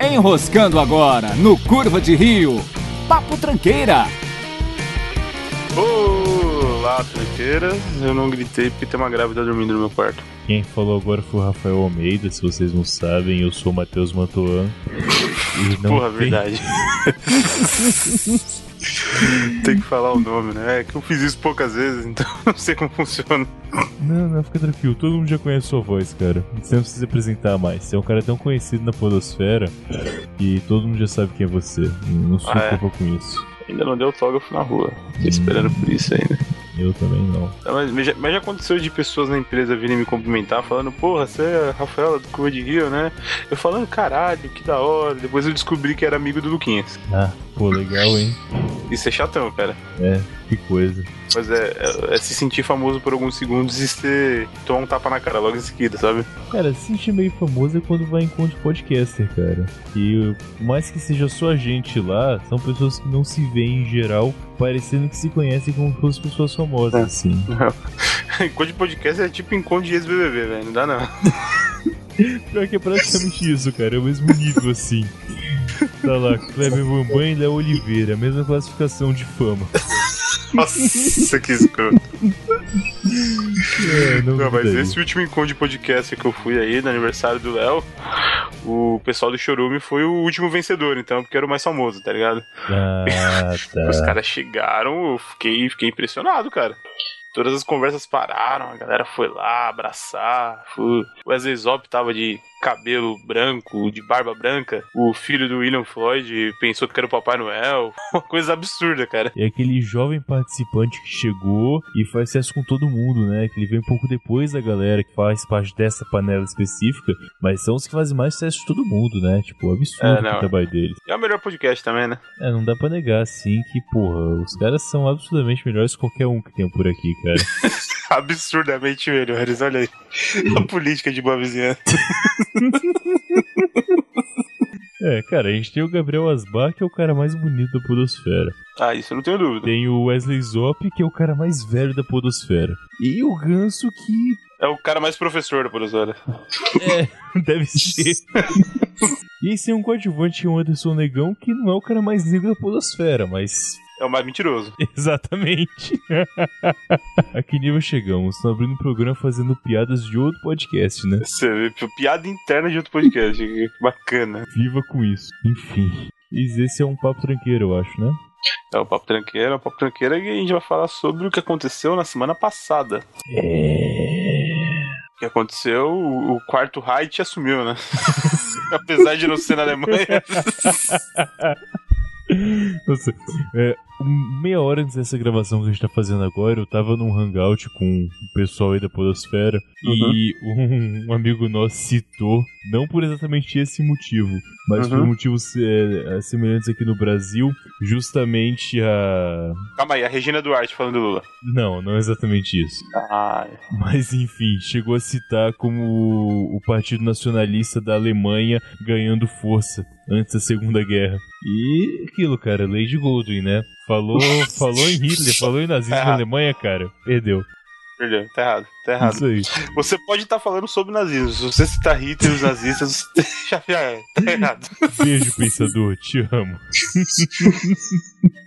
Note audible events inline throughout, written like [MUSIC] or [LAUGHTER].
Enroscando agora no Curva de Rio. Papo Tranqueira. Olá, tranqueiras. Eu não gritei porque tem uma grávida dormindo no meu quarto. Quem falou agora foi o Rafael Almeida, se vocês não sabem, eu sou o Matheus Mantoan. E não Porra, tem- verdade. tem que falar o nome, né? É que eu fiz isso poucas vezes, então [LAUGHS] não sei como funciona. Não, não, fica tranquilo, todo mundo já conhece sua voz, cara. Você não precisa apresentar mais. Você é um cara tão conhecido na podosfera que todo mundo já sabe quem é você. Não se Ah, é? preocupa com isso. Ainda não deu autógrafo na rua. Tô esperando por isso ainda. Eu também não. Não, Mas, mas já, mas já aconteceu de pessoas na empresa virem me cumprimentar falando, porra, você é a Rafaela do Curva de Rio, né? Eu falando, caralho, que da hora. Depois eu descobri que era amigo do Luquinhas. Ah, pô, legal, hein? Isso é chatão, cara. Que coisa. Mas é, é- é se sentir famoso por alguns segundos e ser, tomar um tapa na cara logo em seguida, sabe? [LAUGHS] Cara, se sentir meio famoso é quando vai em encontro de podcaster, cara. E o- por mais que seja só a gente lá, são pessoas que não se veem em geral, parecendo que se conhecem como se fossem pessoas É. famosas, assim. Encontro de podcast é tipo encontro de ex-BBB, velho. Não dá não. Pior que é [LAUGHS] praticamente isso, cara. É o mesmo nível, assim. Tá lá, Kleber Bambam e Léo Oliveira. A mesma classificação [LAUGHS] de fama. Nossa, que escroto. É, não, Não, mas duvidaria. esse último encontro de podcast que eu fui aí, no aniversário do Léo, o pessoal do Chorume foi o último vencedor, então, porque era o mais famoso, tá ligado? Ah, Os tá. caras chegaram, eu fiquei, fiquei impressionado, cara. Todas as conversas pararam, a galera foi lá abraçar. Foi... O Wesley Zop tava de cabelo branco, de barba branca. O filho do William Floyd pensou que era o Papai Noel. [LAUGHS] Uma coisa absurda, cara. É aquele jovem participante que chegou e faz sucesso com todo mundo, né? Que ele vem um pouco depois da galera que faz parte dessa panela específica, mas são os que fazem mais sucesso de todo mundo, né? Tipo, absurdo É, não. o trabalho deles. É o melhor podcast também, né? É, não dá pra negar, assim, que, porra, os caras são absolutamente melhores que qualquer um que tem por aqui, [LAUGHS] cara. [LAUGHS] Absurdamente melhores, olha aí. A política de boa vizinhança. É, cara, a gente tem o Gabriel Asbar, que é o cara mais bonito da podosfera. Ah, isso eu não tenho dúvida. Tem o Wesley Zop, que é o cara mais velho da podosfera. E o Ganso, que É o cara mais professor da professora. deve ser. [LAUGHS] e esse é um coadjuvante, o Anderson Negão, que não é o cara mais negro da podosfera, mas... É o mais mentiroso. [LAUGHS] Exatamente. [LAUGHS] a que nível chegamos? Estão abrindo um programa fazendo piadas de outro podcast, né? Você vê, piada interna de outro podcast. que Bacana. Viva com isso. Enfim. E esse é um papo tranqueiro, eu acho, né? É o Papo Tranqueira, o Papo Tranqueira e a gente vai falar sobre o que aconteceu na semana passada. É... O que aconteceu, o o quarto Reich assumiu, né? [LAUGHS] Apesar de não ser na [LAUGHS] Alemanha. Nossa, é, um- meia hora antes dessa gravação que a gente tá fazendo agora, eu tava num hangout com o pessoal aí da Podosfera e um, um amigo nosso citou, não por exatamente esse motivo, mas Uhum. por motivos é, semelhantes aqui no Brasil, justamente a. Calma aí, a Regina Duarte falando do Lula. Não, não exatamente isso. Ah, Mas enfim, chegou a citar como o- o Partido Nacionalista da Alemanha ganhando força antes da Segunda Guerra. E aquilo, cara, Lady Goldwyn, né? Falou, falou em Hitler, falou em nazismo Tá na errado. Alemanha, cara. Perdeu. perdeu, tá errado, tá errado. Isso aí. Você pode estar falando sobre nazismo, se você citar Hitler e os nazistas, você- [LAUGHS] já, já é, tá errado. [LAUGHS] Beijo, pensador. Te amo. [LAUGHS]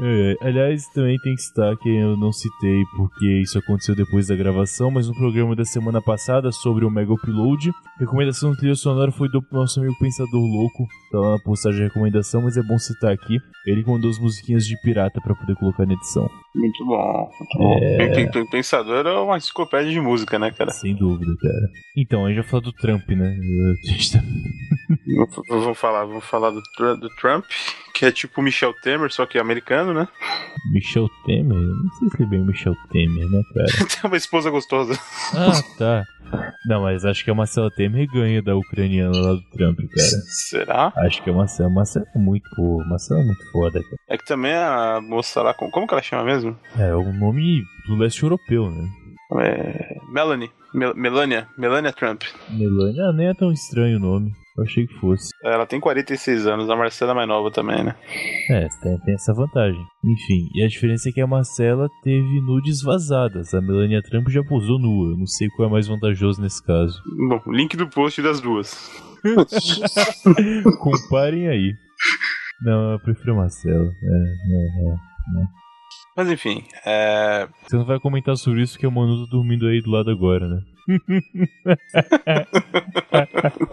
É, aliás, também tem que citar que eu não citei porque isso aconteceu depois da gravação, mas no programa da semana passada sobre o Mega Upload, recomendação do trilha sonora foi do nosso amigo Pensador Louco, tá lá na postagem de recomendação, mas é bom citar aqui. Ele mandou as musiquinhas de pirata pra poder colocar na edição, Muito bom, muito bom. Pen- pen- Pensador é uma enciclopédia de música, né, cara? sem dúvida, cara. Então, a gente vai falar do Trump, né? [LAUGHS] A gente tá- V- v- Vamos falar, vamos falar do, Tru- do Trump, que é tipo o Michel Temer, só que americano, né? [LAUGHS] Michel Temer? Não sei se ele é bem o Michel Temer, né, cara? Tem uma esposa gostosa. Ah, tá. Não, mas acho que é a Marcela Temer ganha da ucraniana lá do Trump, cara. Será? Acho que a Marcela, a Marcela é muito boa, a Marcela é muito foda, cara. É que também a moça lá, como, como que ela chama mesmo? É, o nome do leste europeu, né? É, Melanie. Mel- Melania. Melania Trump. Melania, ah, nem é tão estranho o nome. Eu achei que fosse. Ela tem 46 anos, a Marcela é mais nova também, né? É, tem, tem essa vantagem. Enfim, e a diferença é que a Marcela teve nudes vazadas. A Melania Trump já posou nua. Eu não sei qual é mais vantajoso nesse caso. [LAUGHS] Bom, link do post das duas. Comparem aí. Não, eu prefiro Marcelo. É, é, é. Mas enfim, é... [LAUGHS] Você não vai comentar sobre isso que o Manu tá dormindo aí do lado agora, né?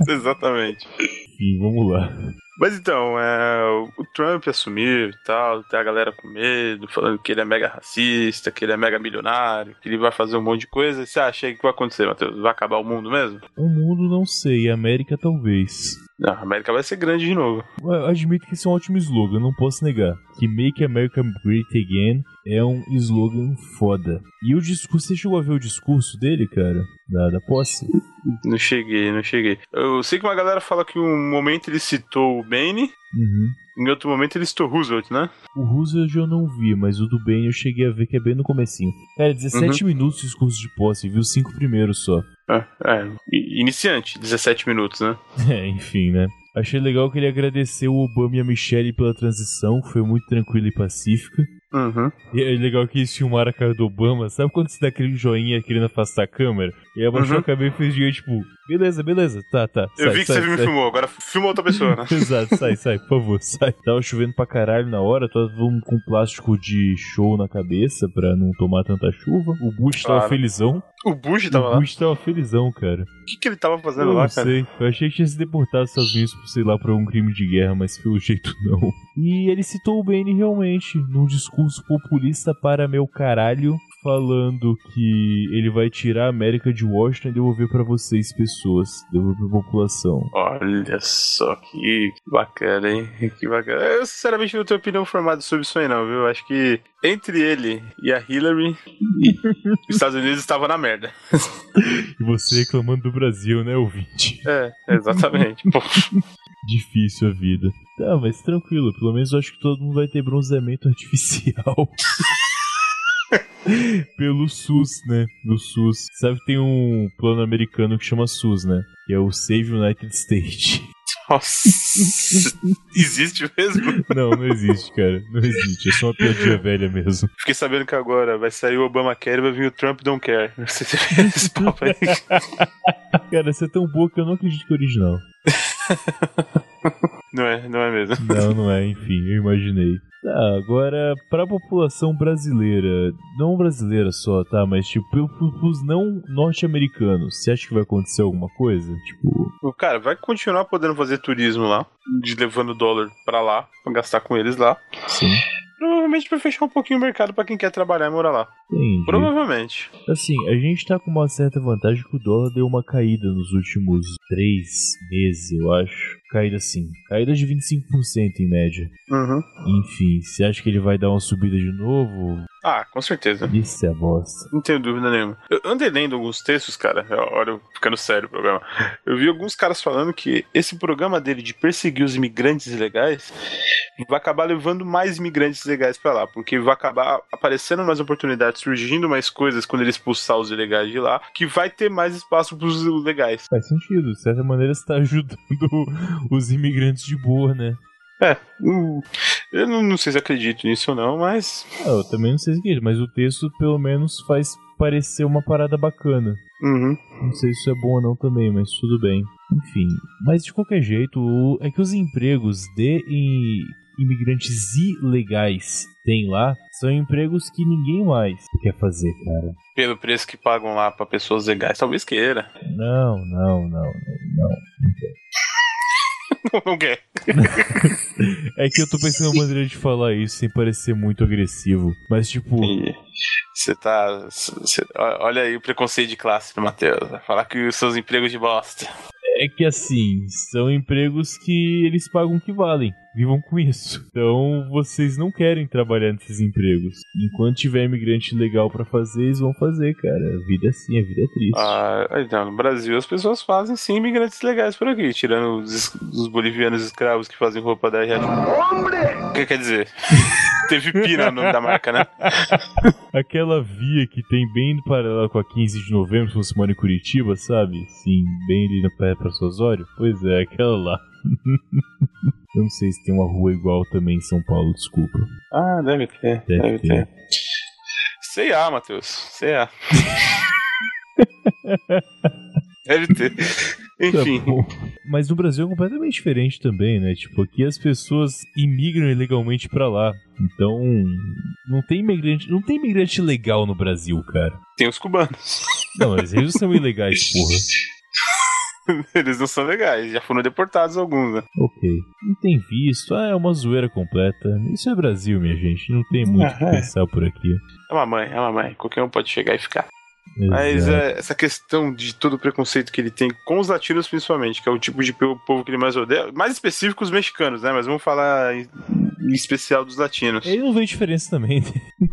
exatamente. Enfim, vamos lá. Mas então, é... o Trump assumiu e tal, tem a galera com medo, falando que ele é mega racista, que ele é mega milionário, que ele vai fazer um monte de coisa. E Você acha aí que vai acontecer, Matheus? Vai acabar o mundo mesmo? O Um mundo não sei, a América talvez. Não, a América vai ser grande de novo. Eu admito que esse é um ótimo slogan, não posso negar. Que Make America Great Again é um slogan foda. E o discurso, você chegou a ver o discurso dele, cara? Da, da posse? Não cheguei, não cheguei. Eu sei que uma galera fala que em um momento ele citou o Bane, Uhum. em outro momento ele citou o Roosevelt, né? O Roosevelt eu não vi, mas o do Ben eu cheguei a ver que é bem no comecinho. Cara, 17 minutos de discurso de posse, viu? Cinco primeiros só. [LAUGHS] É, é, i- iniciante, 17 minutos, né? É, enfim, né? Achei legal que ele agradeceu o Obama e a Michelle pela transição, que foi muito tranquila e pacífica. Uhum. E é legal que eles filmaram a cara do Obama. Sabe quando você dá aquele joinha querendo afastar a câmera? E aí abaixou Uhum. a cabeça e fez joinha, tipo, beleza, beleza, tá, tá. Eu sai, vi que sai, você me sai. filmou, agora filma outra pessoa, né? [LAUGHS] Exato, sai, sai, por favor, sai. Tava chovendo pra caralho na hora, tava todo mundo com plástico de show na cabeça pra não tomar tanta chuva. O Bush tava Claro. felizão. O Bush tava lá. o O Bush tava felizão, cara. que, que ele tava Uhum. Eu fazendo não Tá lá, cara? sei. Eu achei que tinha se deportado dos Estados Unidos, sei lá, por algum crime de guerra, mas pelo [LAUGHS] jeito não. E ele citou o Bane realmente, num discurso populista para meu caralho, falando que ele vai tirar a América de Washington e devolver pra vocês, pessoas, devolver pra população. Olha só que bacana, hein? Que bacana. Eu sinceramente não tenho opinião formada sobre isso aí, não, viu? Eu Acho que entre ele e a [LAUGHS] Hillary, os Estados Unidos estavam na merda. E você reclamando do Brasil, né, ouvinte? É, exatamente. Pô, Difícil a vida. Tá, mas tranquilo, pelo menos eu acho que todo mundo vai ter bronzeamento [LAUGHS] artificial. [LAUGHS] Pelo SUS, né? Do SUS. Sabe que tem um plano americano que chama SUS, né? Que é o Save United States. [LAUGHS] nossa. [LAUGHS] Existe mesmo? Não, não existe, cara. Não existe. É só uma piadinha velha mesmo. Fiquei sabendo que agora vai sair o Obama Care e vai vir o Trump Don't Care. Você teve esse papo aí? Cara, essa é tão boa que eu não acredito que é original. Não é, não é mesmo. Não, não é, enfim, eu imaginei. Tá, agora, pra população brasileira, não brasileira só, tá? Mas, tipo, pro- pro- pros não norte-americanos, você acha que vai acontecer alguma coisa? Tipo, O cara vai continuar podendo fazer turismo lá, de levando dólar pra lá, pra gastar com eles lá. sim, Provavelmente pra fechar um pouquinho o mercado pra quem quer trabalhar e morar lá. entendi. Provavelmente. Assim, a gente tá com uma certa vantagem que o dólar deu uma caída nos últimos três meses, eu acho. Caída, sim. Caída de 25% em média. Uhum. Enfim, você acha que ele vai dar uma subida de novo? Ah, com certeza. Isso é bosta. Não tenho dúvida nenhuma. Eu andei lendo alguns textos, cara. Eu- Olha, eu ficando sério o programa. Eu vi alguns caras falando que esse programa dele de perseguir os imigrantes ilegais vai acabar levando mais imigrantes ilegais pra lá, porque vai acabar aparecendo mais oportunidades, surgindo mais coisas quando ele expulsar os ilegais de lá, que vai ter mais espaço pros legais. Faz sentido, de certa maneira você tá [LAUGHS] ajudando os imigrantes de boa, né? Hum, eu não, não sei se acredito nisso ou não, mas. Ah, eu também não sei se é, mas o texto pelo menos faz parecer uma parada bacana. Uhum. Não sei se isso é bom ou não também, mas tudo bem. Enfim, mas de qualquer jeito, o- é que os empregos de i- imigrantes ilegais tem lá são empregos que ninguém mais quer fazer, cara. Pelo preço que pagam lá pra pessoas legais, talvez queira. [LAUGHS] Não, não, não, não. Não quer. É que eu tô pensando uma maneira de falar isso sem parecer muito agressivo, mas tipo, Você tá. cê- ó- olha aí o preconceito de classe do Matheus. Vai Falar que os seus empregos de bosta. É que assim, são empregos que eles pagam o que valem. Vivam com isso. Então vocês não querem trabalhar nesses empregos. Enquanto tiver imigrante legal pra fazer, eles vão fazer, cara. A vida é assim, a vida é triste. Ah, então, no Brasil as pessoas fazem sim imigrantes legais por aqui, tirando os, es- os bolivianos escravos que fazem roupa da RH. O que quer dizer? [LAUGHS] Teve pina no nome da marca, né? Aquela via que tem bem paralela com a 15 de novembro, se você mora em Curitiba, sabe? Sim, bem ali na pé pra Sosório. Pois é, aquela lá. [LAUGHS] Eu não sei se tem uma rua igual também em São Paulo, desculpa. Ah, deve ter. Deve Deve, ter. ter. Sei lá, Matheus. Sei [LAUGHS] lá. deve ter. Tá Enfim. bom. Mas no Brasil é completamente diferente também, né? Tipo, aqui as pessoas imigram ilegalmente pra lá. Então, não tem imigrante, não tem imigrante legal no Brasil, cara. Tem os cubanos. Não, mas eles são ilegais, porra. Eles não são legais, já foram deportados alguns, né? Ok. Não tem visto. Ah, é uma zoeira completa. Isso é Brasil, minha gente. Não tem muito o que Ah, é. pensar por aqui. É mamãe, é mamãe. Qualquer um pode chegar e ficar. Mas Exato. é, essa questão de todo o preconceito que ele tem com os latinos, principalmente, que é o tipo de po- povo que ele mais odeia, mais específico os mexicanos, né? Mas vamos falar em, em especial dos latinos. Ele não vê diferença também. né?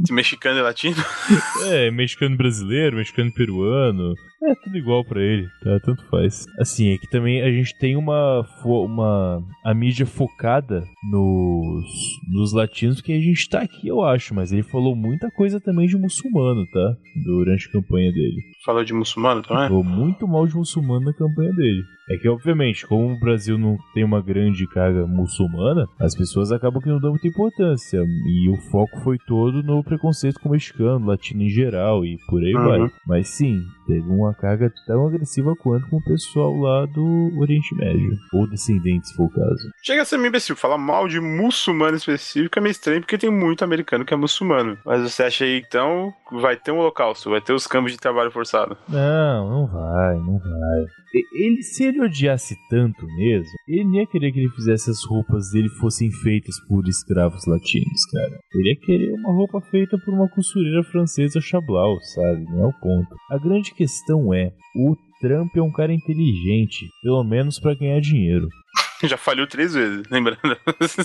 Entre mexicano e latino. [LAUGHS] É, mexicano brasileiro, mexicano peruano. É tudo igual pra ele, tá? Tanto faz. Assim, é que também a gente tem uma. fo- uma a mídia focada nos, nos latinos, porque a gente tá aqui, eu acho. Mas ele falou muita coisa também de muçulmano, tá? Durante a campanha dele. Falou de muçulmano tá, né? também? Falou muito mal de muçulmano na campanha dele. É que, obviamente, como o Brasil não tem uma grande carga muçulmana, as pessoas acabam que não dão muita importância. E o foco foi todo no preconceito com o mexicano, latino em geral e por aí Uhum. vai. Mas sim, teve uma carga tão agressiva quanto com o pessoal lá do Oriente Médio. Ou descendentes, se for o caso. Chega a ser meio imbecil. Falar mal de muçulmano específico é meio estranho, porque tem muito americano que é muçulmano. Mas você acha aí, então, vai ter um holocausto, vai ter os campos de trabalho forçado. Não, não vai, não vai. E- Ele, se ele odiasse tanto mesmo, ele nem ia querer que ele fizesse as roupas dele fossem feitas por escravos latinos, cara. Ele ia querer uma roupa feita por uma costureira francesa chablau, sabe? Não é o ponto. A grande questão é, o Trump é um cara inteligente, pelo menos pra ganhar dinheiro. [LAUGHS] Já falhou três vezes, lembrando. [LAUGHS]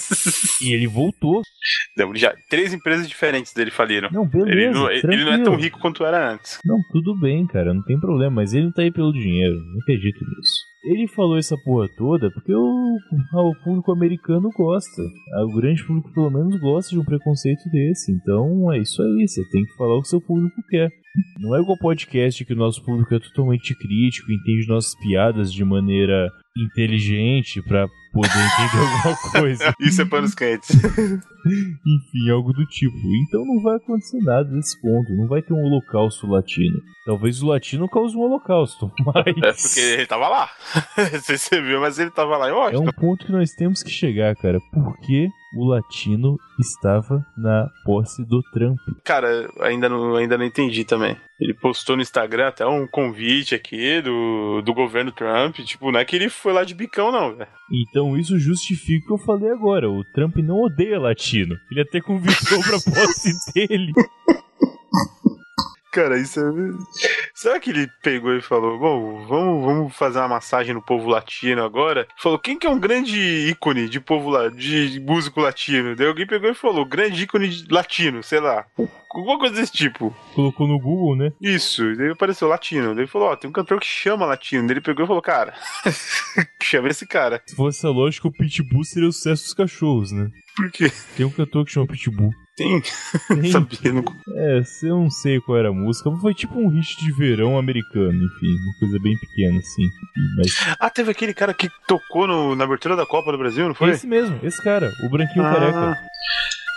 E ele voltou. Não, Já, três empresas diferentes dele faliram. Não, beleza, Ele não, ele não é tão tranquilo. rico quanto era antes. Não, tudo bem, cara, não tem problema, mas ele não tá aí pelo dinheiro, não acredito nisso. Ele falou essa porra toda porque o, ah, o público americano gosta. Ah, O grande público, pelo menos, gosta de um preconceito desse. Então é isso aí, você tem que falar o que seu público quer. Não é igual podcast que o nosso público é totalmente crítico, entende nossas piadas de maneira inteligente pra poder entender [LAUGHS] alguma coisa. Isso é panos quentes. Enfim, algo do tipo. Então não vai acontecer nada nesse ponto. Não vai ter um holocausto latino. Talvez o latino cause um holocausto, [LAUGHS] É mas. porque ele tava lá. [LAUGHS] Você você viu, mas ele tava lá em É um Washington. ponto que nós temos que chegar, cara. Por que o latino estava na posse do Trump? Cara, ainda não, ainda não entendi também. Ele postou no Instagram até um convite aqui do, do governo Trump. Tipo, não é que ele foi lá de bicão, não, velho. Então isso justifica o que eu falei agora. O Trump não odeia latino. Ele até convidou pra [LAUGHS] posse dele. Cara, isso é. Será que ele pegou e falou: Bom, vamos, vamos fazer uma massagem no povo latino agora? Falou: Quem que é um grande ícone de povo lá, de músico latino? Daí alguém pegou e falou: Grande ícone de- latino, sei lá. Alguma coisa desse tipo. Colocou no Google, né? Isso, e daí apareceu latino. Daí ele falou: Ó, tem um cantor que chama latino. Daí ele pegou e falou: Cara, [LAUGHS] chama esse cara. Se fosse essa lógica, o Pitbull seria o sucesso dos cachorros, né? Por quê? Tem um cantor que chama Pitbull. Tem, Tem, sabia? Não... É, eu não sei qual era a música, mas foi tipo um hit de verão americano, enfim, uma coisa bem pequena, assim. Mas Ah, teve aquele cara que tocou no- na abertura da Copa do Brasil, não foi foi? esse mesmo, esse cara, o branquinho Ah, careca.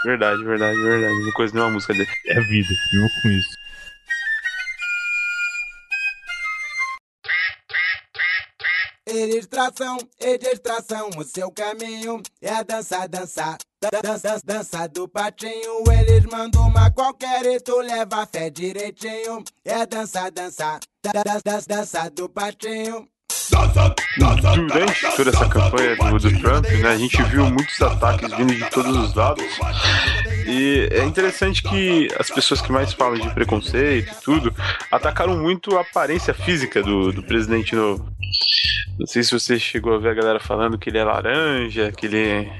Verdade, verdade, verdade. Não coisa nenhuma música dele. É a vida, viu com isso. Eles traçam, eles traçam o seu caminho. É a dança, dança, da- dança, dança do patinho. Eles mandam uma qualquer e tu leva a fé direitinho. É a dança, dança, da- da- da- dança do patinho. Durante toda essa campanha do, do Trump, né, a gente viu muitos ataques vindo de todos os lados. E é interessante que as pessoas que mais falam de preconceito e tudo atacaram muito a aparência física do, do presidente novo. Não sei se você chegou a ver a galera falando que ele é laranja, que ele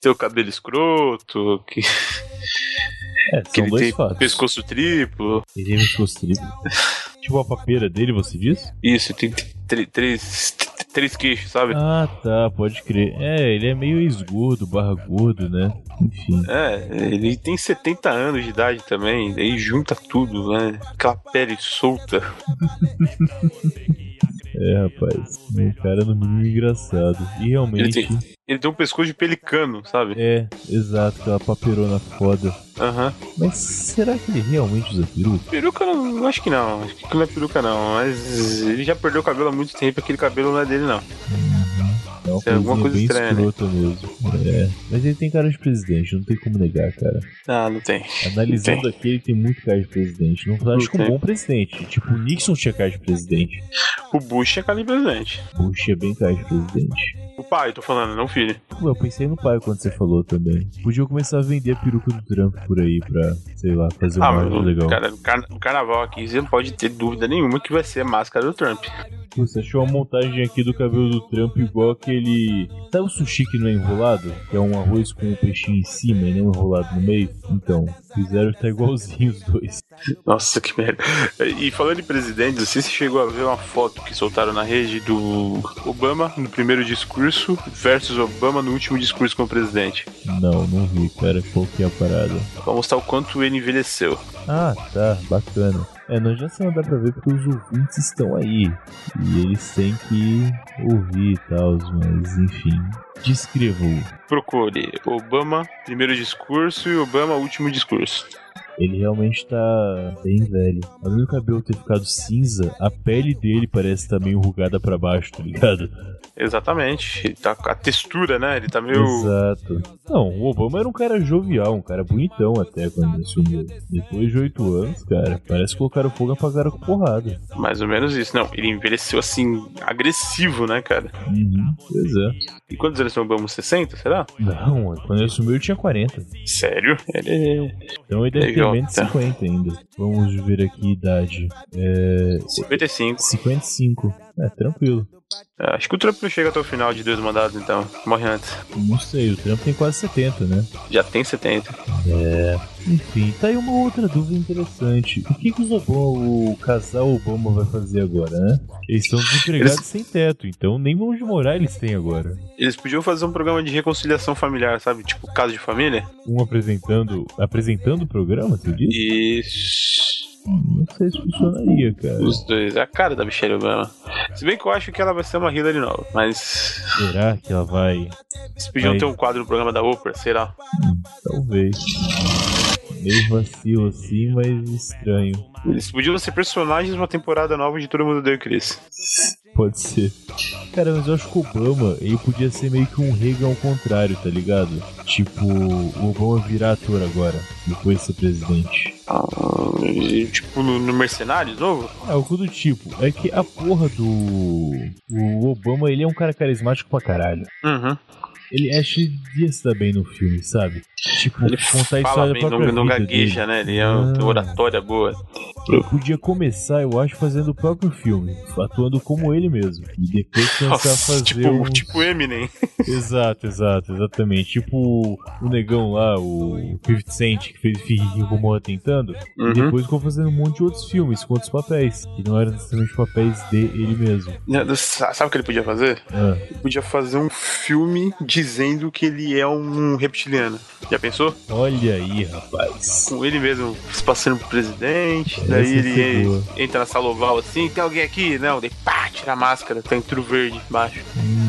tem o cabelo escroto, que, É, que são ele dois tem fatos. pescoço triplo. Ele é meio costrido. Tipo a papeira dele, você disse? Isso, tem tre- três, três queixos, sabe? Ah, tá, pode crer. É, ele é meio esgordo, barra gordo, né? Enfim. É, ele tem 70 anos de idade também, daí junta tudo, né? Aquela pele solta. É, rapaz. Um cara no mínimo engraçado. E realmente. Ele Ele tem um pescoço de pelicano, sabe? É, exato, aquela paperona foda. Aham. Mas será que ele realmente usa peruca? Peruca eu não, Não acho que não. Acho que não é peruca, não. Mas ele já perdeu o cabelo há muito tempo. Aquele cabelo não é dele, não. É uma Tem alguma coisa bem estranha, né? escrota mesmo. É. Mas ele tem cara de presidente, não tem como negar, cara. Ah, não tem. Analisando aqui, ele tem muito cara de presidente. Não acho que é um tem. bom presidente. Tipo, o Nixon tinha cara de presidente. O Bush é cara de presidente. Bush é bem cara de presidente. O pai, tô falando, não o filho. Pô, eu pensei no pai quando você falou também. Podia começar a vender a peruca do Trump por aí pra, sei lá, fazer uma Ah, mas arte é legal. o, cara, o car- o carnaval aqui, você não pode ter dúvida nenhuma que vai ser a máscara do Trump. Pô, Você achou uma montagem aqui do cabelo do Trump igual aquele. Sabe o sushi que não é enrolado? Que é um arroz com um peixinho em cima e não é enrolado no meio? Então, fizeram tá igualzinho os dois. Nossa, que merda. E falando de presidente, não sei se você chegou a ver uma foto que soltaram na rede do Obama no primeiro discurso versus Obama no último discurso como presidente. Não, não vi, cara. Qual que é a parada? Pra mostrar o quanto ele envelheceu. Ah, tá, bacana. É, nós já se não dá pra ver porque os ouvintes estão aí. E eles têm que ouvir e tal, mas enfim. Descrevo. Procure Obama, primeiro discurso, e Obama, último discurso. Ele realmente tá bem velho. Além do cabelo ter ficado cinza, a pele dele parece estar meio enrugada pra baixo, tá ligado? Exatamente. Ele tá com a textura, né? Ele tá meio. Exato. Não, o Obama era um cara jovial, um cara bonitão até quando assumiu. Depois de oito anos, cara, parece que colocaram fogo e apagaram com porrada. Mais ou menos isso. Não, ele envelheceu assim, agressivo, né, cara? Uhum, pois é. E quantos anos tem o Obama? Uns 60, será? Não, mano, quando ele assumiu ele tinha 40. Sério? Ele é Então ele deve ter Legal, menos de tá. 50 ainda. Vamos ver aqui idade. É. 55. 55. É, tranquilo. É, acho que o Trump não chega até o final de dois mandados, então. Morre antes. Não sei, o Trump tem quase 70, né? Já tem 70. Enfim, tá aí uma outra dúvida interessante. O que, que os Obama, o casal Obama vai fazer agora, né? Eles estão desempregados Eles- sem teto, então nem vão de morar eles têm agora. Eles podiam fazer um programa de reconciliação familiar, sabe? Tipo, caso de família. Um apresentando. apresentando o programa, você diz? E. Não sei se funcionaria, cara. Os dois. É a cara da Michelle Obama. Se bem que eu acho que ela vai ser uma Hillary nova, mas. Será que ela vai. Eles podiam Aí. ter um quadro no programa da Oprah, sei lá. Talvez. Meio vacilo assim, mas estranho. Eles podiam ser personagens de uma temporada nova de Todo Mundo Deu Chris. Pode ser. Cara, mas eu acho que o Obama, ele podia ser meio que um Reagan ao contrário, tá ligado? Tipo, o Obama virar ator agora, depois de ser presidente. Ah, e, tipo, no, no Mercenários novo? É algo do tipo. É que a porra do. O Obama, ele é um cara carismático pra caralho. Uhum. Ele acho que ele ia se dar bem no filme, sabe? Tipo, Ele contar fala a história bem, da não, própria não vida gagueja, dele. né? Ele é uma Ah. oratória boa. Ele podia começar, eu acho, fazendo o próprio filme, atuando como ele mesmo. E depois começar a fazer. tipo, um... tipo Eminem. Exato, exato, exatamente. Tipo o negão lá, o 50 Cent, que fez Fiquinho com o Morra Tentando. E Uhum. depois ficou fazendo um monte de outros filmes com outros papéis. Que não eram necessariamente papéis de ele mesmo. Não, Né, sa- Sabe o que ele podia fazer? Ah, Ele podia fazer um filme dizendo que ele é um reptiliano. Já pensou? olha aí, rapaz. Com ele mesmo se passando por presidente, Essa daí ele é boa. en- entra na sala oval assim, tem alguém aqui? Não, daí pá, tira a máscara, tá em tudo verde embaixo. Uhum.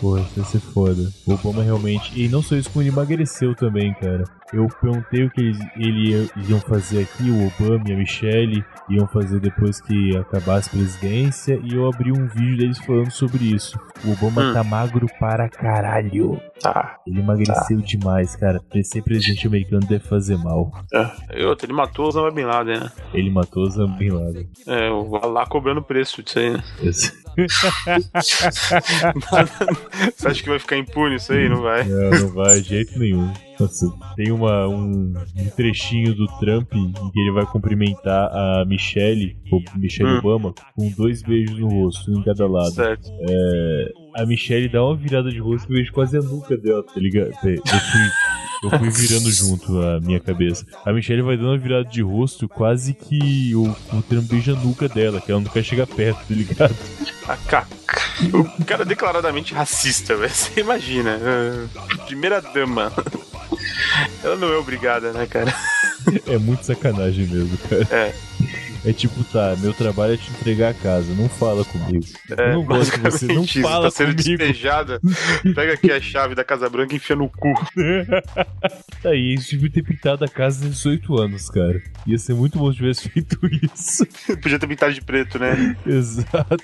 Pô, isso vai ser foda. O Obama realmente. E não só isso, como ele emagreceu também, cara. Eu perguntei o que eles, ele ia- iam fazer aqui, o Obama e a Michelle iam fazer depois que acabasse a presidência. E eu abri um vídeo deles falando sobre isso. O Obama Hum. tá magro para caralho. Tá. Ele emagreceu demais, cara. Pra Ser presidente americano deve fazer mal. É. E outra, ele matou o Osama Bin Laden, né? Ele matou Osama Bin Laden. É, o Alá cobrando preço disso aí, né? [LAUGHS] Esse- Você acha que vai ficar impune isso aí? Não vai. Não, não vai de jeito nenhum. Nossa, tem uma, um, um trechinho do Trump em que ele vai cumprimentar a Michelle, ou Michelle Hum. Obama, com dois beijos no rosto, um em cada lado. Certo. É, a Michelle dá uma virada de rosto que eu vejo quase a nuca dela, tá ligado? É, Eu fui, eu fui virando junto a minha cabeça. A Michelle vai dando uma virada de rosto quase que o, o Trump beija a nuca dela, que ela não quer chegar perto, tá ligado? A caca. [LAUGHS] O cara é declaradamente racista, velho. [LAUGHS] Você imagina. Ah, Primeira dama. [LAUGHS] Ela não é obrigada, né, cara? É muito sacanagem mesmo, cara. É. É tipo, tá, meu trabalho é te entregar a casa, não fala comigo. Eu não gosto de você, não É, basicamente isso, fala tá sendo comigo. despejada. Pega aqui a chave da Casa Branca e enfia no cu. [LAUGHS] Tá aí, eles deviam ter pintado a casa nos 18 anos, cara. Ia ser muito bom se tivesse feito [LAUGHS] isso. Podia ter pintado de preto, né? Exato.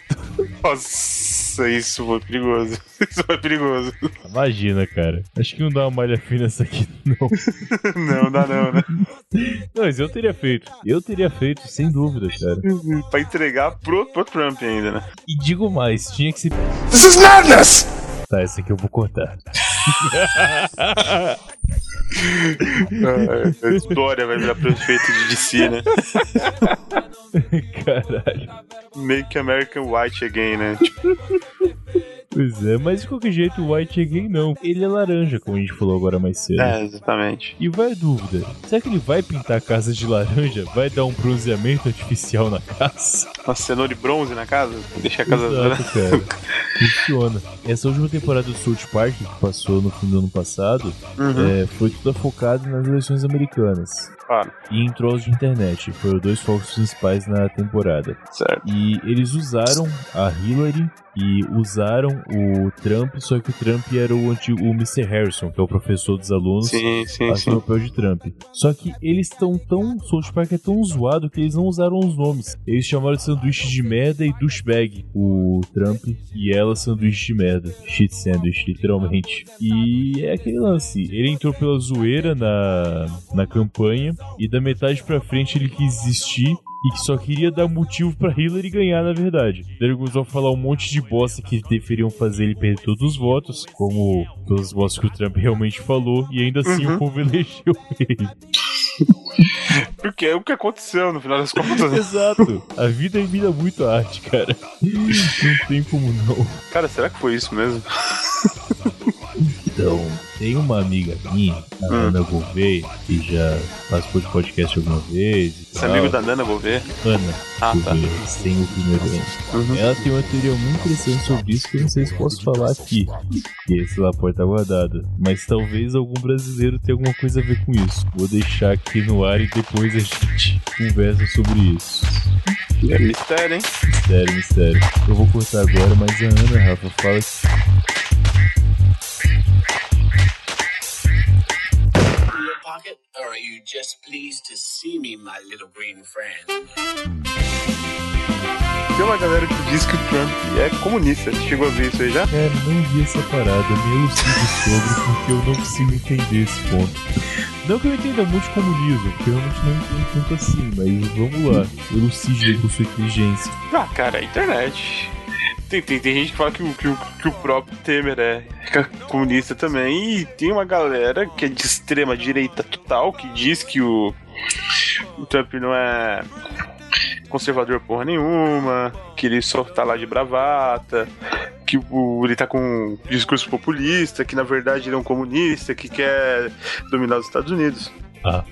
Nossa, isso foi perigoso. [LAUGHS] Isso foi perigoso. Imagina, cara. Acho que não dá uma malha fina essa aqui, [LAUGHS] não. Não, dá não, né? Não, mas eu teria feito. Eu teria feito, sem dúvida, cara. Pra entregar pro, pro Trump ainda, né? E digo mais, tinha que ser. This is madness! Tá, essa aqui eu vou cortar. [LAUGHS] Ah, A história vai virar prefeito de DC, né? Caralho. Make American White again, né? Tipo, Pois é, mas de qualquer jeito o White é gay não. Ele é laranja, como a gente falou agora mais cedo. é, exatamente. E vai a dúvida, será que ele vai pintar a casa de laranja? Vai dar um bronzeamento artificial na casa? Uma cenoura e bronze na casa? Deixa a [LAUGHS] casa. Exato, cara. Funciona. Essa última temporada do South Park, que passou no fim do ano passado, [LAUGHS] Uhum. é, foi toda focada nas eleições americanas. Claro, E em trolls de internet, foram dois focos principais na temporada. certo. E eles usaram a Hillary e usaram o Trump, só que o Trump era o antigo o Mr. Harrison, que é o professor dos alunos. Sim, sim, sim. Assim, o papel de Trump. Só que eles estão tão. South Park é tão zoado que eles não usaram os nomes. Eles chamaram de sanduíche de merda e douchebag. O Trump e ela sanduíche de merda. Shit sandwich, literalmente. E é aquele lance. Ele entrou pela zoeira na, na campanha e da metade pra frente ele quis existir e que só queria dar motivo pra Hillary ganhar, na verdade. Daí Ele começou a falar um monte de bosta que deveriam fazer ele perder todos os votos, como todas as bostas que o Trump realmente falou, e ainda assim Uhum. o [LAUGHS] povo elegeu ele. Porque é o que aconteceu no final das contas. [LAUGHS] né? Exato. A vida imita muito a arte, cara. Não tem como não. Cara, será que foi isso mesmo? Então, tem uma amiga minha, a Hum. Ana Gouveia, que já participou de podcast alguma vez. e Esse tal. amigo da Nana, vou ver. Ana Ah, tá. Gouveia, sem o primeiro ano. Uhum. Ela tem uma teoria muito interessante sobre isso que eu não sei se posso falar aqui. Que esse lá pode estar tá guardado. Mas talvez algum brasileiro tenha alguma coisa a ver com isso. Vou deixar aqui no ar e depois a gente conversa sobre isso. Uhum. É mistério, hein? Mistério, mistério. Eu vou cortar agora, mas a Ana, Rafa, fala que your pocket, or are you just pleased to see me, my little green friend? Tem uma galera que diz que o Trump é comunista. Você chegou a ver isso aí já? cara, é, não vi essa parada, me elucido sobre, porque eu não consigo entender esse ponto. Não que eu entenda muito de comunismo, porque eu realmente não entendo tanto assim, mas vamos lá. Elucide aí com sua inteligência. Ah, cara, a internet. Tem, tem, tem gente que fala que o, que, o, que o próprio Temer é comunista também. E tem uma galera que é de extrema direita total que diz que o, o Trump não é conservador porra nenhuma, que ele só tá lá de bravata, que o, ele tá com um discurso populista, que na verdade ele é um comunista, que quer dominar os Estados Unidos. Ah.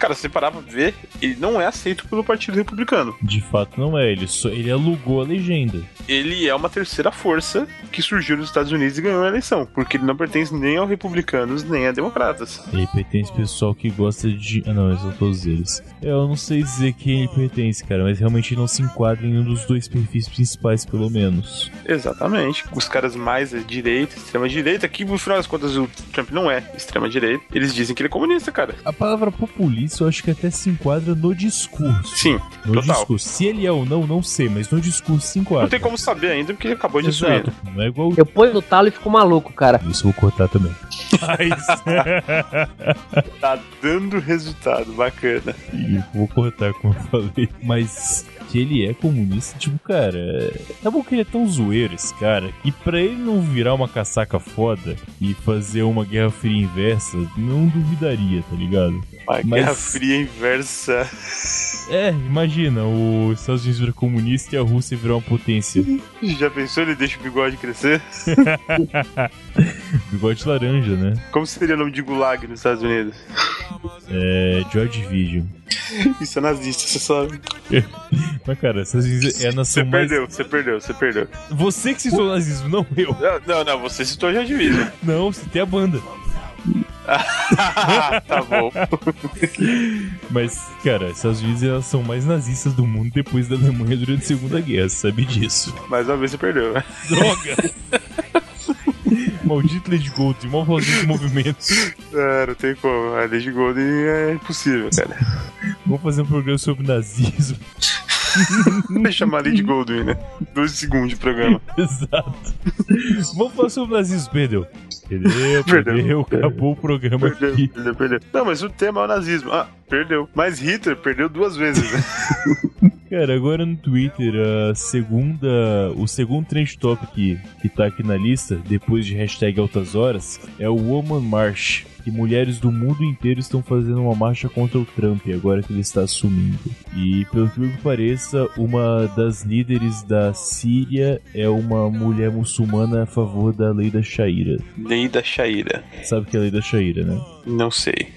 Cara, se você parar pra ver, ele não é aceito pelo Partido Republicano. De fato não é, ele, só, ele alugou a legenda. ele é uma terceira força que surgiu nos Estados Unidos e ganhou a eleição, porque ele não pertence nem aos republicanos nem a democratas. Ele pertence ao pessoal que gosta de. Ah não, eles são todos eles. Eu não sei dizer quem ele pertence, cara, mas realmente não se enquadra em um dos dois perfis principais, pelo menos. Exatamente. Os caras mais à direita, extrema direita, que no final das contas o Trump não é extrema direita, eles dizem que ele é comunista, cara. A palavra populista eu acho que até se enquadra no discurso. Sim, no total. discurso. Se ele é ou não, não sei, mas no discurso se enquadra. não tem como saber ainda porque ele acabou de assumir. Exato. né? Não é igual. Eu ponho no talo e fico maluco, cara. Isso eu vou [LAUGHS] cortar também. Mas. Tá dando resultado, bacana. E vou cortar, como eu falei. Mas que ele é comunista, tipo, cara. é- Tá bom que ele é tão zoeiro, esse cara. E pra ele não virar uma caçaca foda e fazer uma Guerra Fria inversa, não duvidaria, tá ligado? Uma Mas- guerra é fria inversa. [LAUGHS] É, imagina, os Estados Unidos virar comunista e a Rússia virar uma potência. Já pensou ele deixa o bigode crescer? Bigode laranja, né? Como seria o nome de gulag nos Estados Unidos? É, George Vision. Isso é nazista, você sabe. Mas, cara, os Estados Unidos é a Você nação mais. perdeu, você perdeu, você perdeu. Você que citou o nazismo, não eu. Não, não, não, você citou já divisão. Não, citei a banda. [LAUGHS] tá bom. Mas, cara, Estados Unidos elas são mais nazistas do mundo depois da Alemanha durante a Segunda Guerra, você sabe disso. Mais uma vez você perdeu, né? Droga! [LAUGHS] Maldito Lady Gold, mal fazendo movimentos. É, não tem como. A Lady Golden é impossível, cara. Vamos fazer um programa sobre nazismo. [LAUGHS] Vamos chamar a Lady Golden, né? Dois segundos de programa. Exato. Vamos falar sobre nazismo, perdeu. Perdeu, Perdeu. perdeu, acabou o programa Perdeu, aqui. perdeu, perdeu. Não, mas o tema é o nazismo. Ah, perdeu. Mas Hitler perdeu duas vezes, né? Cara, agora no Twitter, a segunda, o segundo trend topic que tá aqui na lista, depois de hashtag altas horas, é o Woman March. Que mulheres do mundo inteiro estão fazendo uma marcha contra o Trump, agora que ele está assumindo. E, pelo que pareça, uma das líderes da Síria é uma mulher muçulmana a favor da lei da Shaira. [LAUGHS] Lei da Shaira. Sabe que é a lei da Shaira, né? Não sei.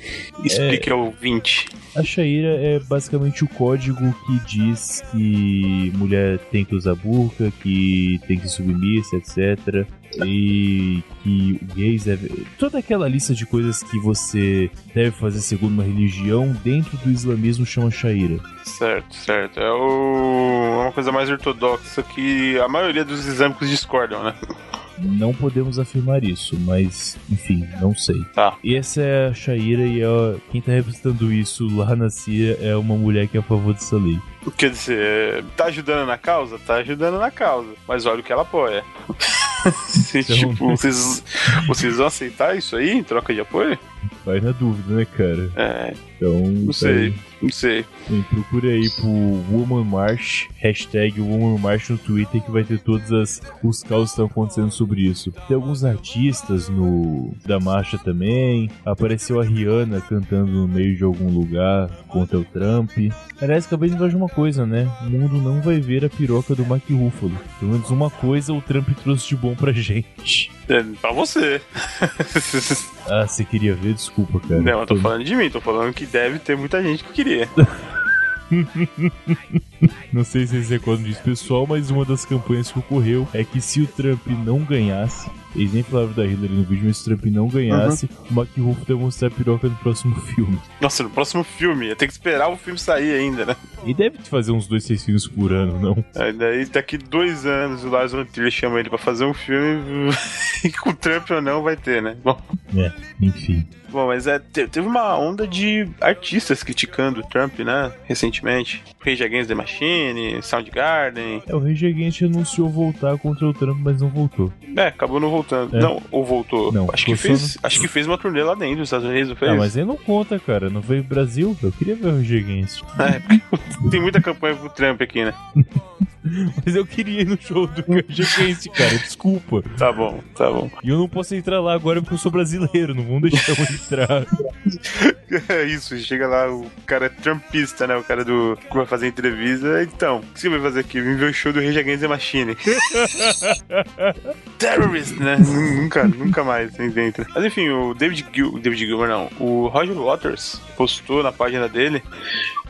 Explique ao ouvinte. A Shaira é basicamente o código que diz que mulher tem que usar burca, que tem que ser submissa, etc. E que gays é. Toda aquela lista de coisas que você deve fazer segundo uma religião, dentro do islamismo chama Shaira. Certo, certo. É o- é uma coisa mais ortodoxa que a maioria dos islâmicos discordam, né? Não podemos afirmar isso, mas enfim, não sei. Tá. E essa é a Shaira e a- quem tá representando isso lá na Síria é uma mulher que é a favor dessa lei. Quer dizer, tá ajudando na causa? Tá ajudando na causa. Mas olha o que ela apoia. Se, Então- tipo, vocês, vocês vão aceitar isso aí em troca de apoio? Vai na dúvida, né, cara? É, Então. não sei. Não sei. Sim, procura aí pro Woman March, hashtag Woman March no Twitter, que vai ter todos as- os casos que estão acontecendo sobre isso. Tem alguns artistas no da marcha também. Apareceu a Rihanna cantando no meio de algum lugar contra o Trump. Aliás, acabei de lembrar de uma coisa, né? O mundo não vai ver a piroca do Mark Ruffalo. Pelo menos uma coisa o Trump trouxe de bom pra [LAUGHS] gente. É, pra você. Ah, você queria ver? Desculpa, cara. Não, eu tô Foi- falando de mim, tô falando que deve ter muita gente que queria. Não sei se vocês recordam disso, pessoal, mas uma das campanhas que ocorreu é que se o Trump não ganhasse, eles nem falaram da Hillary no vídeo, mas se o Trump não ganhasse, o Mark Ruffalo ia mostrar a piroca no próximo [LAUGHS] filme. Nossa, no próximo filme, eu tenho que esperar o filme sair ainda, né? E deve fazer uns dois, três filmes por ano, não? Aí daí daqui dois anos o Lars von Trier chama ele pra fazer um filme [LAUGHS] e com o Trump ou não vai ter, né? Bom, Enfim. bom mas é, te- teve uma onda de artistas criticando o Trump, né? Recentemente. Rage Against the Machine, Soundgarden. É, o Rage Against anunciou voltar contra o Trump, mas não voltou. É, acabou não voltando. É. Não, ou voltou. Não, acho, que voltou fez, acho que fez uma turnê lá dentro dos Estados Unidos, não fez? Ah, mas aí não conta, cara. Não veio pro Brasil. Eu queria ver o Rage Against. [LAUGHS] Tem muita campanha pro Trump aqui, né? [LAUGHS] Mas eu queria ir no show do Rage Against, cara. Desculpa. Tá bom, tá bom. E eu não posso entrar lá agora porque eu sou brasileiro. Não vão deixar eu entrar. É isso, chega lá, o cara é trumpista, né? O cara do que vai fazer entrevista. Então, o que você vai fazer aqui? Vim ver o show do Rage Against the Machine. Terrorist, né? Nun- Nunca, nunca mais você entra. Mas enfim, o David Gil, o David Gilmer não, o Roger Waters postou na página dele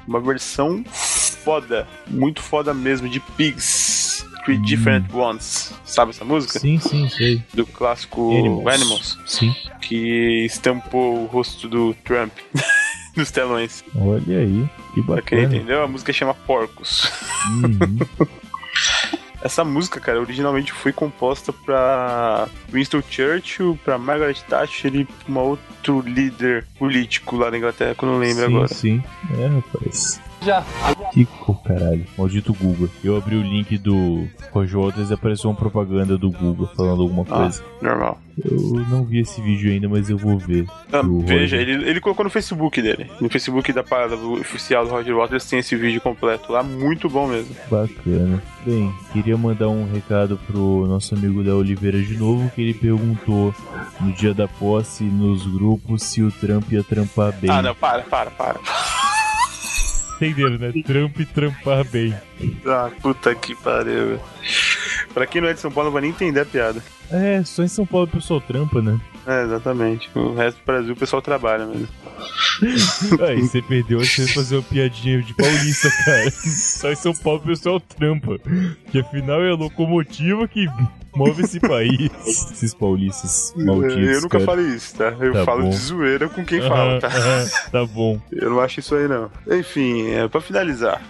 uma versão foda, muito foda mesmo, de Pigs. Three Different Ones. Sabe essa música? Hum. Sim, sim, sei. Do clássico Animals. Animals Sim. que estampou o rosto do Trump [LAUGHS] nos telões. Olha aí, que Pra quem não bacana. entendeu, a música chama Porcos. [LAUGHS] Uhum. Essa música, cara, originalmente foi composta pra Winston Churchill, pra Margaret Thatcher e pra um outro líder político lá na Inglaterra, que eu não lembro sim, agora. sim. É, rapaz. Já. Que co- caralho. Maldito Google. Eu abri o link do Roger Waters e apareceu uma propaganda do Google falando alguma Ah. coisa. Normal. Eu não vi esse vídeo ainda, mas eu vou ver. Ah, Do veja, Roger. ele, ele colocou no Facebook dele. No Facebook da parada oficial do Roger Waters tem esse vídeo completo lá, muito bom mesmo. Bacana. Bem, queria mandar um recado pro nosso amigo Léo Oliveira de novo, que ele perguntou no dia da posse, nos grupos, se o Trump ia trampar bem. Ah, não, para, para, para. Entenderam, né? Trump trampar bem. Ah, puta que pariu. velho. pra quem não é de São Paulo, não vai nem entender a piada. É, só em São Paulo o pessoal trampa, né? É, exatamente. O resto do Brasil o pessoal trabalha mesmo. Aí você perdeu a chance de fazer uma piadinha de paulista, [LAUGHS] cara. Só em São Paulo o pessoal trampa. Que afinal é a locomotiva que Move esse país. Esses paulistas malditos. É, eu nunca cara. falei isso, tá? Eu Tá falo bom. de zoeira com quem fala, tá? Aham, aham, tá bom. Eu não acho isso aí, não. Enfim, é, pra [LAUGHS] finalizar.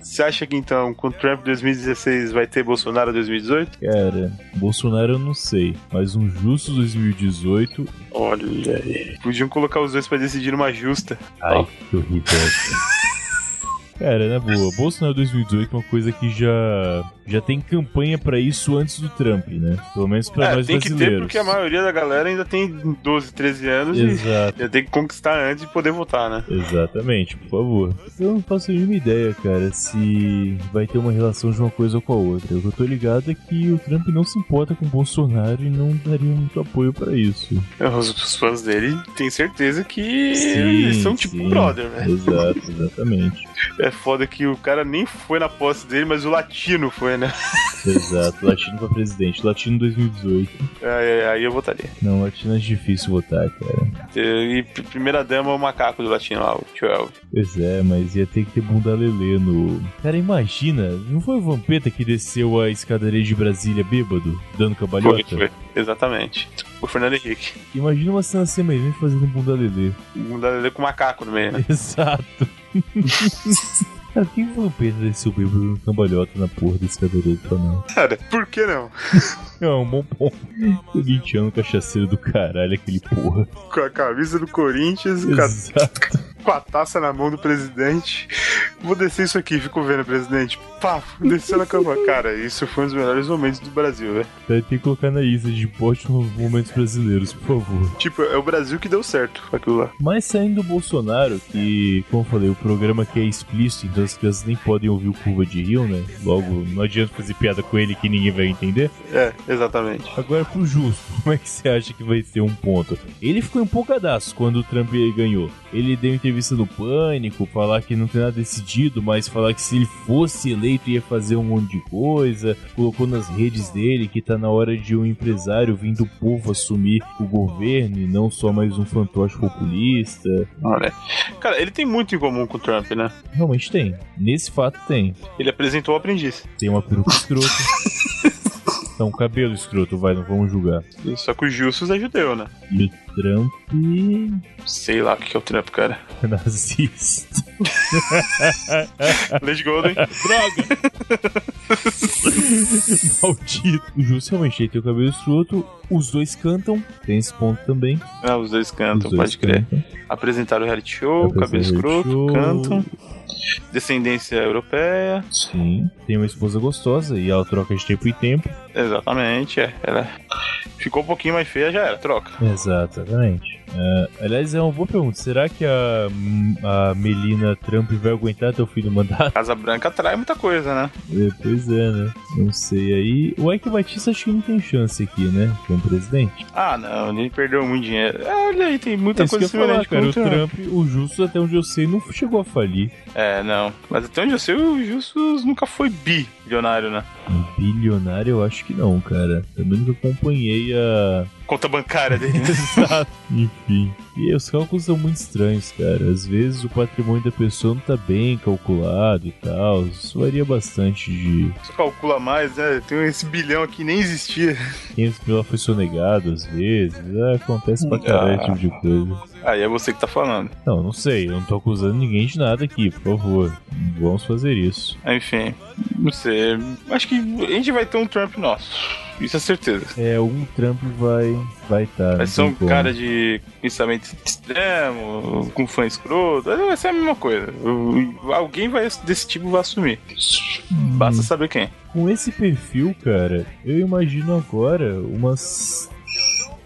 Você acha que então, com o Trump 2016 vai ter Bolsonaro 2018? Cara, Bolsonaro eu não sei, mas um justo 2018. Olha aí. Podiam colocar os dois pra decidir numa justa. Ai, que horrível. Cara, na boa, Bolsonaro 2018 é uma coisa que já já tem campanha pra isso antes do Trump, né? Pelo menos pra é, nós tem que brasileiros. ter, porque a maioria da galera ainda tem 12, 13 anos e Exato. já tem que conquistar antes de poder votar, né? Exatamente, por favor. Eu não faço nenhuma ideia, cara, se vai ter uma relação de uma coisa com a outra. O que eu tô ligado é que o Trump não se importa com o Bolsonaro e não daria muito apoio pra isso. Os, os fãs dele têm certeza que Sim, É, eles são tipo sim. brother, velho. Exato, exatamente. É foda que o cara nem foi na posse dele, mas o latino foi, né? Exato. Latino pra presidente. Latino 2018. Aí, aí eu votaria. Não, latino é difícil votar, cara. E p- primeira dama é o macaco do latino lá, o 12. Pois é, mas ia ter que ter bunda lelê no. Cara, imagina, não foi o Vampeta que desceu a escadaria de Brasília bêbado, dando Foi, cambalhota? foi. Exatamente. O Fernando Henrique. Imagina uma cena semelhante fazendo bunda lelê. [LAUGHS] Mudar com o macaco no meio, né? Exato. Cara, quem foi o Pedro desse bêbado no cambalhota na porra desse cabeleireiro do canal? Cara, por que não? É um bom ponto. O Guintiano cachaceiro do caralho, aquele porra. Com a camisa do Corinthians, com a, Exato. com a taça na mão do presidente. Vou descer isso aqui, fico vendo, presidente. Pá, desceu na cama. Cara, isso foi um dos melhores momentos do Brasil, velho. Tem que colocar na lista de ótimos momentos brasileiros, por favor. Tipo, é o Brasil que deu certo aquilo lá. Mas saindo do Bolsonaro, que, como eu falei, o programa aqui é explícito, então as crianças nem podem ouvir o Curva de Rio, né? Logo, não adianta fazer piada com ele que ninguém vai entender. É, exatamente. Agora, pro justo, [LAUGHS] como é que você acha que vai ser um ponto? Ele ficou empolgadaço quando o Trump ganhou. Ele deu entrevista no Pânico, falar que não tem nada decidido, mas falar que se ele fosse eleito ia fazer um monte de coisa. Colocou nas redes dele que tá na hora de um empresário vindo do povo assumir o governo e não só mais um fantoche populista. Olha. Cara, ele tem muito em comum com o Trump, né? Realmente tem. Nesse fato tem. Ele apresentou o aprendiz. Tem uma peruca escrota. Então, cabelo escroto, vai, não vamos julgar. Só que o Gilson é judeu, né? E o Trump. [LAUGHS] Sei lá o que que é o Trump, cara. nazista. Lady Golden. Droga! [LAUGHS] Maldito. O Jus realmente ele tem o cabelo escroto. Os dois cantam. Tem esse ponto também. Ah, os dois cantam, Os dois pode crer. cantam. Apresentaram o reality show, cabelo Apresenta escroto, show. cantam. Descendência europeia. Sim. Tem uma esposa gostosa e ela troca de tempo em tempo. Exatamente, é. Ela ficou um pouquinho mais feia, já era, troca. Exatamente. É, aliás, é uma boa pergunta. Será que a, a Melina Trump vai aguentar até o fim do mandato? [LAUGHS] Casa Branca atrai muita coisa, né? É, pois é, né? Não sei aí. O Ike Batista acho que não tem chance aqui, né? Como presidente. Ah, não, ele perdeu muito dinheiro. É, Olha aí, tem muita Isso que coisa eu ia falar, semelhante com né? cara. o O Trump. Trump, o Justo, até onde eu sei, não chegou a falir. É, não. Mas até onde eu sei, o Justus nunca foi bilionário, né? Um bilionário, eu acho que não, cara. Também nunca acompanhei a. Conta bancária dele. né? [LAUGHS] Exato. Enfim. E os cálculos são muito estranhos, cara. Às vezes o patrimônio da pessoa não tá bem calculado e tal. Isso varia bastante de. Você calcula mais, né? Tem esse bilhão aqui nem existia. 500 mil lá foi sonegado, às vezes. Ah, acontece pra caralho esse tipo de coisa. Aí é você que tá falando. Não, não sei. Eu não tô acusando ninguém de nada aqui, por favor. Não Vamos fazer isso. Enfim, não sei. Acho que a gente vai ter um Trump nosso. Isso é certeza. É, um Trump vai. Vai tá, estar. Vai ser um cara de pensamento extremo, com fã escroto. Vai ser a mesma coisa. O- Alguém vai, desse tipo vai assumir. Basta saber quem. Com esse perfil, cara, eu imagino agora umas.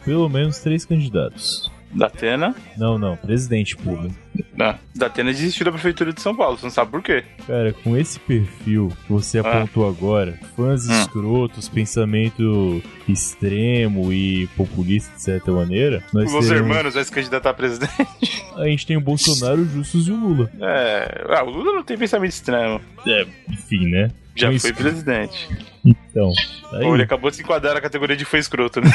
Pelo menos três candidatos. Datena. Não, não, presidente público. Não. Datena desistiu da prefeitura de São Paulo, você não sabe por quê. Cara, com esse perfil que você apontou agora, fãs Ah. escrotos, pensamento extremo e populista de certa maneira, nós Os teremos- hermanos vai se candidatar a presidente. [LAUGHS] a gente tem o Bolsonaro, o Justus e o Lula. É. Ah, o Lula não tem pensamento extremo. Enfim, né? Já Um foi escroto. presidente. Então, tá aí. Ou ele acabou de se enquadrar na categoria de foi escroto, né?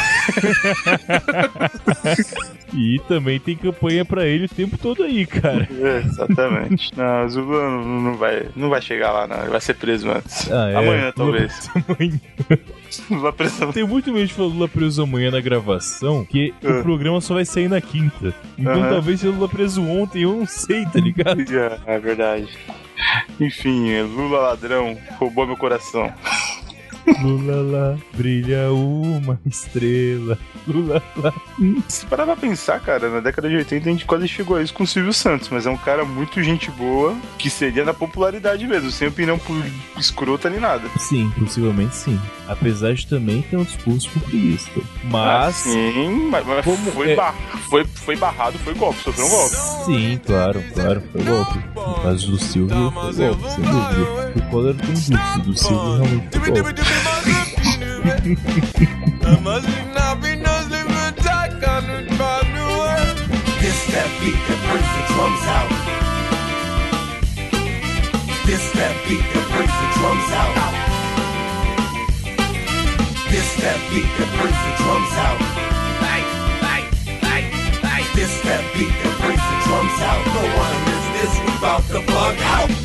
E também tem campanha pra ele o tempo todo aí, cara. É, exatamente. [LAUGHS] Não, o Zuba não, não vai, não vai chegar lá, não. Ele vai ser preso antes. Ah, é. Amanhã, [LAUGHS] talvez. Amanhã. Vai preso. Tem muito medo de falar Lula preso amanhã na gravação, que Ah. o programa só vai sair na quinta. Então Aham. talvez seja Lula preso ontem, eu não sei, [LAUGHS] tá ligado? É, é verdade. Enfim, é Lula ladrão roubou meu coração. Lula lá, brilha uma estrela. Lula lá. Se parar pra pensar, cara, na década de 80 a gente quase chegou a isso com o Silvio Santos, mas é um cara muito gente boa, que seria na popularidade mesmo, sem opinião por escrota nem nada. Sim, possivelmente sim. Apesar de também ter um discurso populista. Mas. Ah, Sim, Assim, mas, mas Ah, Como foi, é? bar- foi, foi barrado, foi golpe, sofreu um golpe. Sim, claro, claro, foi um golpe. No caso do Silvio, foi um golpe, sem dúvida. O Collor tem dúvida, do Silvio realmente foi um golpe. This that beat that brings the drums out. Don't wanna miss this. We bout to bug out.